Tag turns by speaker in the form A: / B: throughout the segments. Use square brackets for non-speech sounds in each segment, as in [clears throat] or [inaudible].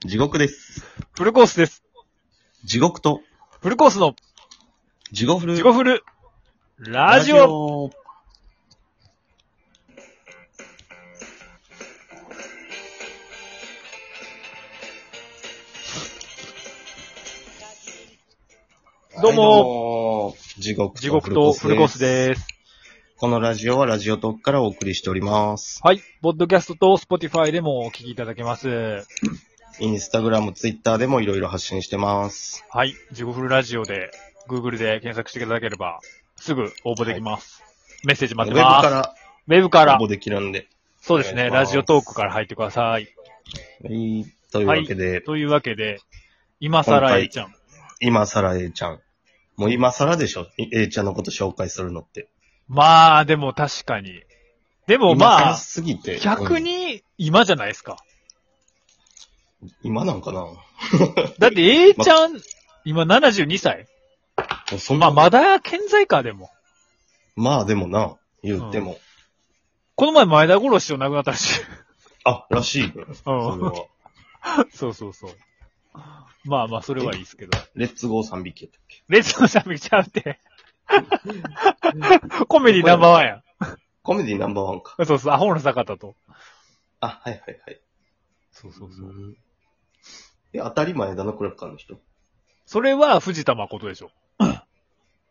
A: 地獄です。
B: フルコースです。
A: 地獄と、
B: フルコースの
A: 地獄フル
B: 自己フルラジオ
A: オ
B: どうも
A: も地獄
B: 地獄とフルコース
A: す。
B: です。
A: このラジオはラジオトークからお送りしております。
B: はい。ポッドキャストとスポティファイでもお聞きいただけます。
A: インスタグラム、ツイッターでもいろいろ発信してます。
B: はい。自己フルラジオで、Google で検索していただければ、すぐ応募できます。メッセージ
A: ウェ
B: 待っ
A: ブ
B: てます。
A: か
B: ウェブからら
A: 応募。できるんで。
B: そうです
A: お願
B: ね。
A: いします
B: ラジオトークから入ってください。
A: はい。というわけで、
B: というわけで、今更えいちゃん。
A: 今更 A ちゃん。もう今更でしょ ?A ちゃんのこと紹介するのって。
B: まあ、でも確かに。でも
A: 今
B: ま
A: 更
B: あ、
A: すぎて。
B: 逆
A: うん
B: に今じゃないですか。
A: 今なんかな
B: だって、えいちゃん、今72歳。
A: そん
B: ま
A: な
B: あ、まだ健在か、でも。
A: まあでもな、言っても。
B: この前前田殺しを亡くなったら [laughs] しい。
A: あ、らしいね。それは。
B: [laughs] そうそうそう。まあまあ、それはいいです [laughs] けど。
A: レッツゴー3匹やったっけ。
B: レッツのサミちゃうって。 [laughs] コメディナンバーワンや
A: コメディナンバーワンか。
B: ん。そうそう、アホの坂田と。
A: あ、はいはいはい。
B: そうそうそう。
A: んえ、当たり前だな、クラッカーの人。
B: それは藤田誠でしょ。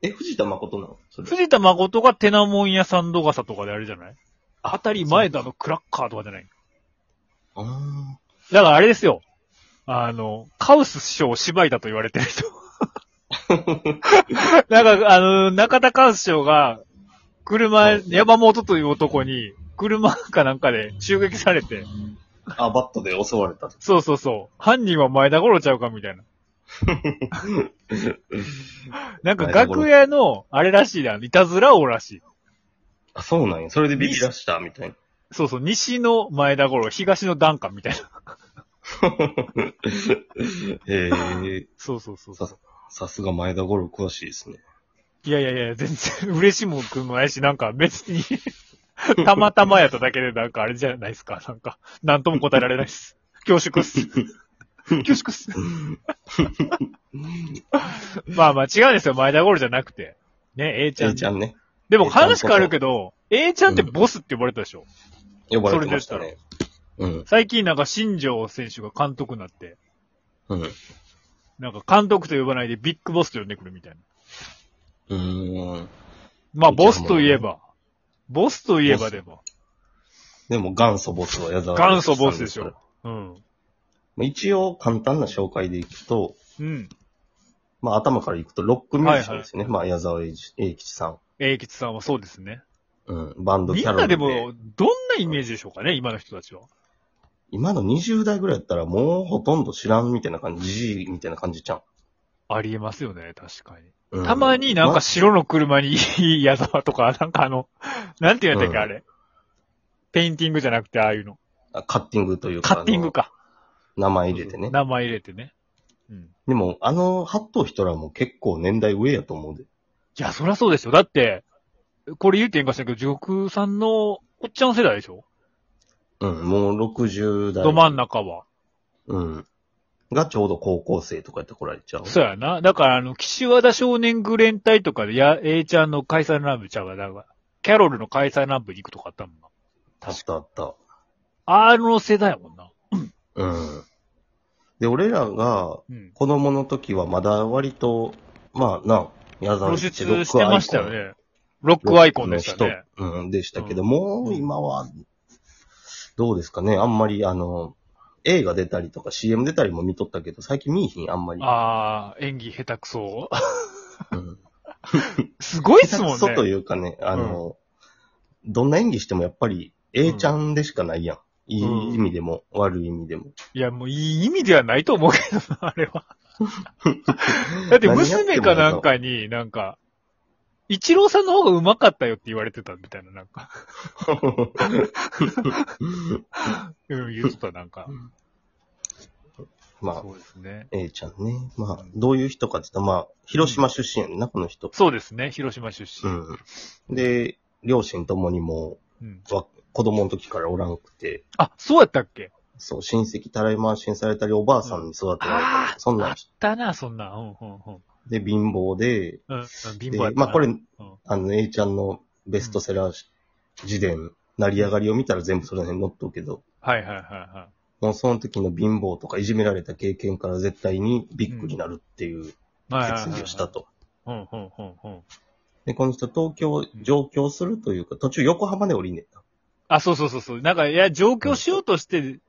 A: え、藤田誠なのそれ。
B: 藤田誠がテナモンやサンドガサとかであれじゃない
A: あ
B: 当たり前だのクラッカーとかじゃない
A: あ
B: だからあれですよ。あの、カウス師匠を芝居だと言われてる人。なんか、あの、中田カウス師匠が、車、山本という男に、車かなんかで襲撃されて、
A: ーあ、バットで襲われた。
B: そうそうそう、犯人は前田頃ちゃうかみたいな。なんか楽屋の、あれらしいな、いたずら王らしい。
A: あ、そうなんや。それでビビらした、み [laughs] たいな。
B: そうそう、西の前田頃、東の段下みたいな。
A: へえ、
B: そうそうそうそう。
A: さすが前田ゴルフ詳しいですね。
B: いやいやいや、全然 [laughs] 嬉しいもんくんもないし、なんか別に、 [laughs] たまたまやっただけでなんかあれじゃないですか。なんか、なんとも答えられないです。恐縮っす。恐縮っす。まあまあ違うんですよ。前田ゴールじゃなくて。ね、A ちゃん。
A: A ちゃんね。
B: でも話変わるけど、A ちゃんってボスって呼ばれたでしょ。
A: 呼ばれてましたね。うん。
B: 最近なんか新庄選手が監督になって、
A: うん。う
B: なんか監督と呼ばないでビッグボスと呼んでくるみたいな。
A: ーん。
B: まあボスといえば、ボスといえばでも、
A: でも元祖ボスは矢沢
B: 元祖ボスでしょ。うん。
A: まあ一応、簡単な紹介でいくと、
B: うん。
A: まあ、頭からいくと、ロックミュージシャンですよね。まあ、矢沢永吉永吉さん。
B: 英吉さんはそうですね。
A: うん。バンドキ
B: みん
A: ャロル
B: なでも、どんなイメージでしょうかね、今の人たちは。
A: 今の20代ぐらいやったら、もうほとんど知らんみたいな感じ、じじいみたいな感じじゃん。
B: ありえますよね、確かに。
A: うん
B: たまになんか、白の車に [laughs] いい矢沢とか、なんかあの、なんて言うんだっけ、
A: うん
B: あれ。ペインティングじゃなくて、ああいうの。
A: まあカッティングというか。
B: カッティングか。
A: あの。名前入れてね。
B: 名前入れてね。うん。
A: でも、あの、ハット人らも結構年代上やと思うで。
B: いや、そりゃそうですよ。だって、これ言うてんかしらんけど、地獄さんのおっちゃん世代でしょ
A: うん。もう60代。
B: ど真ん中は。
A: うん。がちょうど高校生とかやってこられちゃう。
B: そうやな。だから、あの、岸和田少年グレン隊とかで、や、A ちゃんの開催南部ちゃうわ。だから、キャロルの開催南部に行くとかあったもんな。
A: あったあった。
B: あの世代やもんな。
A: うん。で、俺らが、
B: うん。
A: 子供の時はまだ割と、まあな、矢沢
B: 露出してましたよ。ね。ロ
A: ロ
B: ッ
A: ッ
B: クアイコンでしたね。
A: クの人。うん、でしたけど、もう今は、どうですかね。あんまり、あの、映画出たりとか CM 出たりも見とったけど、最近見いひん、あんまり。
B: ああ、演技下手くそ。
A: うん。
B: すごいっ
A: 下
B: す
A: 手
B: も
A: くそ
B: ん
A: と
B: ね。
A: いうかね、あの、どんな演技してもやっぱり、A ちゃんでしかないやん。いい意味でも、悪い意味でも。
B: いや、もういい意味ではないと思うけどな、 [laughs] あれは。だって娘かなんかに、なんか、一郎さんの方が上手かったよって言われてたみたいな、なんか、 [laughs] うん、言ってた、なんか。
A: [laughs] まあ、
B: そうですね。
A: A ちゃんね。まあ、どういう人かって言ったら、まあ、広島出身やんな、この人。
B: そうですね、広島出身。
A: うん。で、両親ともにも
B: うん
A: う、わ子供の時からおらんくて、
B: あ、そうやったっけ
A: そう、親戚たらい回しにされたり、おばあさんに育てられたり
B: あ、あ
A: そんなんし
B: だな、そんな。うん、うん、うん。
A: で、貧乏で、
B: うん、うん
A: で
B: 貧乏やったな
A: まあこれ、
B: うん
A: あの、A ちゃんのベストセラー自伝、成り上がりを見たら全部それに載っとうけど、
B: はいはいはいは
A: もうその時の貧乏とかいじめられた経験から絶対にビッグになるっていう
B: い。はいはいはい
A: 決
B: は
A: 意
B: い
A: をした。と。
B: うん、うん、うん、うん。
A: で、この人東京上京するというか、途中横浜で降りんねんな。
B: あ、そうそうそうそう。なんか、いや、上京しようとして、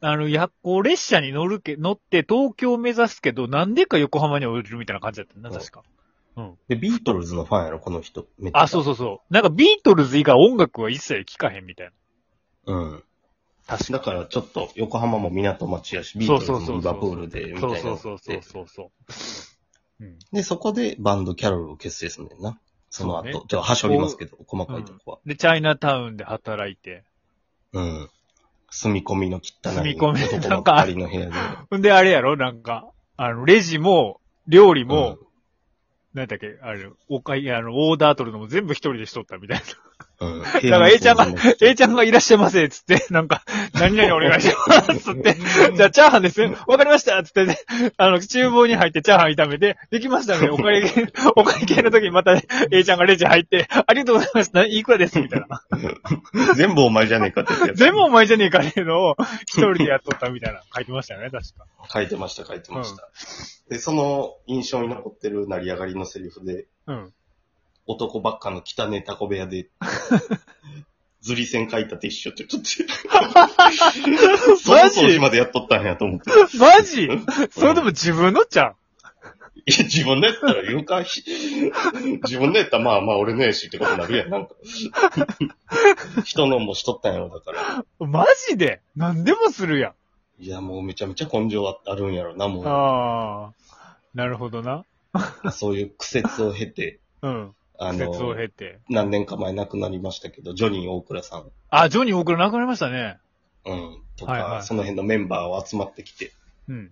B: あの、夜行列車に乗るけ、乗って東京を目指すけど、なんでか横浜に降りるみたいな感じだったな、
A: うん
B: 確か。
A: で、ビートルズのファンやろ、この人。めっちゃ。
B: あ、そうそうそう。なんかビートルズ以外音楽は一切聴かへんみたいな。
A: うん。
B: 確
A: だ
B: か
A: からちょっと横浜も港町やし、ビートルズもリバプールで、みたい
B: そう
A: な。
B: そうそうそうそうそう。うん。
A: で、そこでバンドキャロルを結成するんだよな。その後。
B: そうね
A: じゃあ、はしょりますけど、細かいとこは。
B: で、チャイナタウンで働いて。
A: うん。住み込みの汚い。
B: 住み込み
A: 男
B: な
A: ば
B: ん
A: っ
B: か
A: かりの部屋で。
B: んで、あれやろなんか、あの、レジも、料理も、
A: うん
B: なんだっけ、あれ、おかい、あの、オーダー取るのも全部一人でしとったみたいな。
A: うん。だ
B: だから、A ちゃんが、A ちゃん
A: が、
B: がいらっしゃいませ、つって、なんか、何々お願いします、つって、じゃあ、チャーハンですね。わかりました、つってね、あの、厨房に入ってチャーハン炒めて、できましたね。お会計、お会計の時にまた、ね、A ちゃんがレジ入って、ありがとうございます。何いくらです、みたいな。
A: 全部お前じゃねえかってやつや
B: 全部お前じゃねえかねえのを、一人でやっとったみたいな、書いてましたよね、確か。
A: 書いてました、書いてました。で、その印象に残ってる成り上がりのセリフで、
B: うん。
A: 男ばっかの汚ねタコ部屋
B: [laughs]
A: で、ずり線書いたティッシュってちょっと、その掃除までやっとったんやと思って。
B: [laughs] マジそれでも自分のちゃん。
A: いや、自分のやったら言うか、 [laughs] ひ自分のやったらまあまあ俺のやしってことになるやん、
B: [laughs]
A: なんか。人のもしとったんやろ、だから。
B: マジで何でもするやん。
A: いや、もうめちゃめちゃ根性ああるんやろな、も
B: ああ。なるほどな。
A: う。そういう苦節を経て、
B: うん。
A: あ
B: 季節を
A: の、
B: 経て。大
A: 何年か前亡くなりましたけど、ジョニー大倉さん、
B: あ、ジョニー大倉亡くなりましたね。
A: うん、とか、
B: はいはい
A: その辺のメンバーは集まってきて、
B: うん。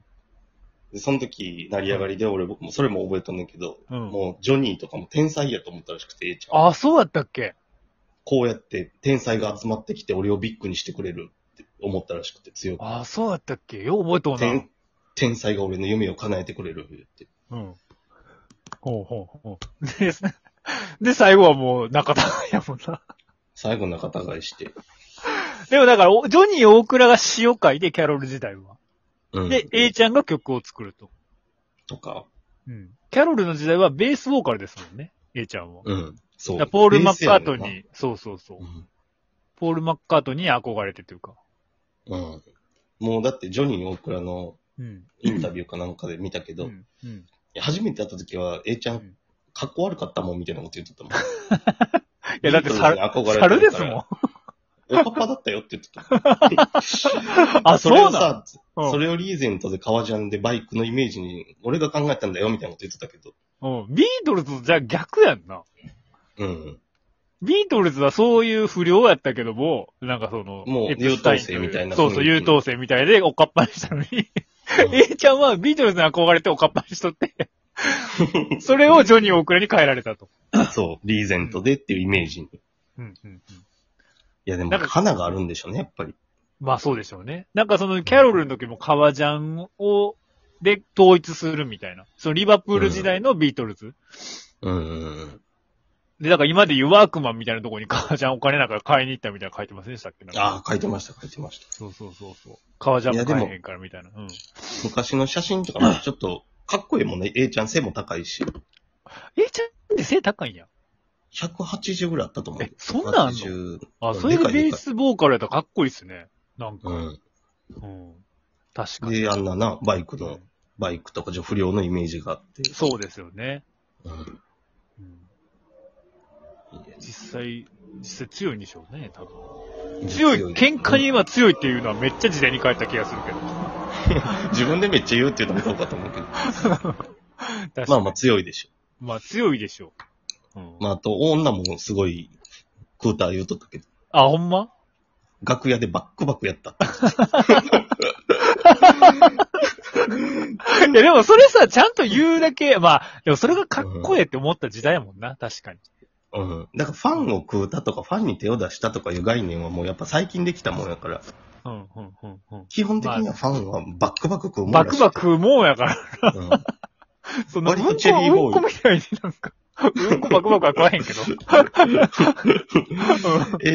A: でその時、成り上がりで俺、僕もそれも覚えとんねんけど、
B: うん
A: もうジョニーとかも天才やと思ったらしくて、ええちゃん。
B: あ、そうだったっけ
A: こうやって天才が集まってきて俺をビッグにしてくれるって思ったらしくて強く。
B: あ、そうだったっけよう覚えとうな
A: 天。天才が俺の夢を叶えてくれるって。
B: うん。ほうほうほう。で、で、最後はもう中田やもんな。
A: 最後仲違いして。
B: でもだから、おジョニー大倉が詩を書いて、キャロル自体は。
A: うん、
B: で、A ちゃんが曲を作ると。
A: とか。
B: うん。キャロルの時代はベースボーカルですもんね。A ちゃんは。
A: うん。そ
B: だ
A: う
B: から。ポール・マッカート
A: ベスやねん
B: に、そうそうそう。
A: な。
B: ポール・マッカートに憧れてというか。
A: うん。うんもうだってジョニー大倉の
B: うん。
A: インタビューかなんかで見たけど、
B: う
A: い
B: ん。うん。
A: や初めて会った時は A ちゃ
B: うん
A: ん、かっこ悪かったもんみたいなこと言ってたもん。い
B: いや、だって猿、猿です
A: [laughs]
B: もん。。
A: おかっぱだったよって言ってた。
B: [laughs] あ、
A: そ
B: そう
A: れを
B: な
A: さ、
B: の
A: それをリーゼントで革ジャンでバイクのイメージに、俺が考えたんだよみたいなこと言ってたけど。
B: うん。うんビートルズとじゃあ逆やんな。
A: うん。
B: ビートルズはそういう不良やったけども、なんかその、
A: もう
B: エプスタインと
A: 優
B: う
A: 等生みたいな雰囲気
B: そうそう、優等生みたいで、おかっぱにしたのに。A [laughs] ちゃんはビートルズに憧れておかっぱにしと
A: [laughs]
B: って、それをジョニー・オークラに変えられたと。
A: そう、リーゼントでっていうイメージに。い
B: うんうんうん。
A: やでも
B: なんか、
A: 花があるんでしょうね、やっぱり。
B: まあそうでしょうね。なんかその、キャロルの時も革ジャンを、で、統一するみたいな。そのリバプール時代のビートルズ。
A: うんうんうん。
B: で、だから今で言うワークマンみたいなところに革ジャンお金なんか買いに行ったみたいなの書いてませんでしたっけなんか
A: ああ、書いてました、書いてました。
B: そうそうそうそう。革ジャン
A: い
B: も
A: やでも
B: 買えへんからみたいな。うん。
A: 昔の写真とかもちょっと、かっこいいもんね。A ちゃん背も高いし。
B: え、ちゃんって背高いんや。
A: 180ぐらいあったと思う。
B: えそんなんあんの
A: ?80。
B: あ、
A: うん
B: それで
A: でかいで
B: ベ
A: かい
B: ースボーカルやったらかっこいいっすね。なんか。
A: う
B: うん。確か
A: ん。
B: に。
A: で、あんなな、バイク
B: う
A: の
B: ん、
A: バイクとかじゃ不良のイメージがあって。
B: そうですよね。
A: うん
B: うん
A: いや
B: 実際、実際強いんでしょうね、多分。
A: 強
B: 強い、
A: い
B: 喧嘩に今強いっていうのはめっちゃ時代に変えた気がするけど。
A: 自分でめっちゃ言うっていうのもどうかと思うけど。
B: 確
A: ま
B: か
A: あ
B: に。
A: まあ強いでしょ。
B: まあ強いでしょう。うん。
A: まああと、女もすごい、クーター言うとったけど、
B: あ、ほん
A: [laughs]
B: ま
A: 楽屋でバックバックやったって。
B: いやでもそれさ、ちゃんと言うだけ、まあ、でもそれがかっこええって思った時代やもんな、確かに。
A: うん。だからファンを食うたとか、ファンに手を出したとかいう概念はもうやっぱ最近できたもんやから、
B: うん、うん、うん、うん。
A: 基本的にはファンはバックバック食うもん
B: バ
A: ら
B: ク
A: しい
B: バク食うもんやから。
A: うん
B: そんな、
A: 割とチェリーボーイ
B: うんこみたいになんか、うんこバクバクは食わへ
A: [laughs]
B: んけど。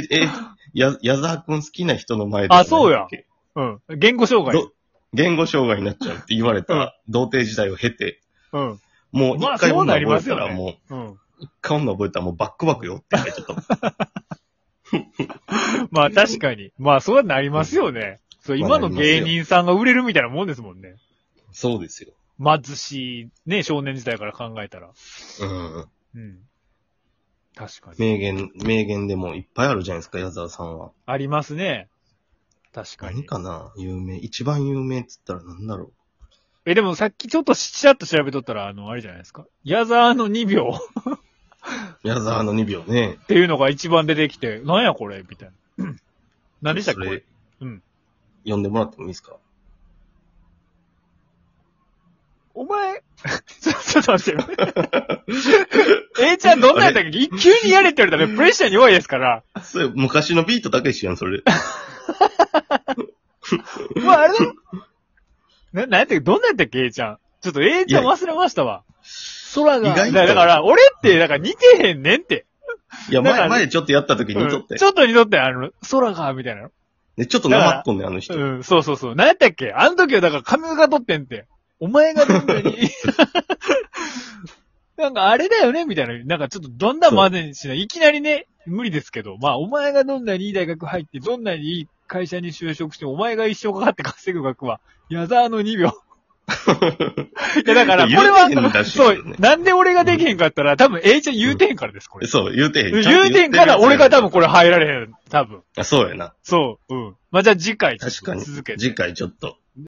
A: え、え、や、矢沢くん好きな人の前で。
B: あそうやうん。うん言語障害。
A: ど言語障害になっちゃうって言われたら、童貞時代を経て、
B: うん。
A: もう
B: まあ
A: 一回
B: そう
A: 女
B: なり
A: 覚
B: ま
A: え
B: す
A: た
B: よね
A: ら、もう、
B: うん。
A: 一回女覚えたらもうバックバックよって言われちゃった。
B: まあ確かに。まあそうなりますよね。そう、
A: ま
B: 今
A: あ
B: の芸人さんが売れるみたいなもんですもんね。
A: そうですよ。
B: 貧しい、ね、少年時代から考えたら。
A: [laughs] うん。
B: うん。確かに。
A: 名言、名言でもいっぱいあるじゃないですか、矢沢さんは。
B: ありますね。確か
A: 何
B: に。
A: かな有名。一番有名って言ったら何だろ
B: え、でもさっきちょっとしちゃっと調べとったら、あの、あれじゃないですか。矢沢の2秒 [laughs] っ
A: う。矢沢の2秒ね。
B: ていうのが一番出てきて、なんやこれみたいな。 [clears throat] 何でしたっけ
A: そ
B: これ
A: れ
B: うん。
A: 呼んでもらってもいいですか
B: お前、 [laughs] ちょちょっと待 [laughs] って。えちゃんどんなんやったっけ急にやれって言われたらプレッシャーに弱いですから。
A: それ、昔のビートたけしやん、それ。
B: まあ、あれだろな、なんやったっけどんなんやったっけ ?A ちゃん。ちょっと A ちゃん忘れましたわ。
A: 空
B: だ
A: 意外と。
B: だから、俺って、だから似てへんねんって。
A: いや、
B: だから
A: 前、前ちょっとやった時に
B: う
A: 似とっ
B: ん
A: て
B: ち。ょっと似とって、あの、空が、みたいなの。
A: でちょっとなまっとんね、あの人。
B: うん、そうそうそう。なんやったっけあの時はだから髪がとってんって。お前がどんなに。 [laughs] なんかあれだよねみたいな。なんかちょっとどんなまでにしない。いきなりね、無理ですけど。まあ、お前がどんなにいい大学入って、どんなにいい会社に就職して、お前が一生かかって稼ぐ額は、矢沢の2秒。
A: [laughs]
B: いや、だから、これ
A: 言うてへん
B: は、
A: らしい
B: そ
A: けど
B: う
A: ね、
B: なんで俺ができへんかったら、多分 A ちゃん言うてへんからです、これ。
A: そう、言うてへん。ちゃ
B: 言
A: ん
B: う
A: と
B: てんから、俺が多分こ
A: れ。
B: れ入られへん。多分。
A: あそうやな。
B: そう。うん。まあ、じゃあ次回、
A: 確かに。
B: 続けて。
A: 次回ちょっと。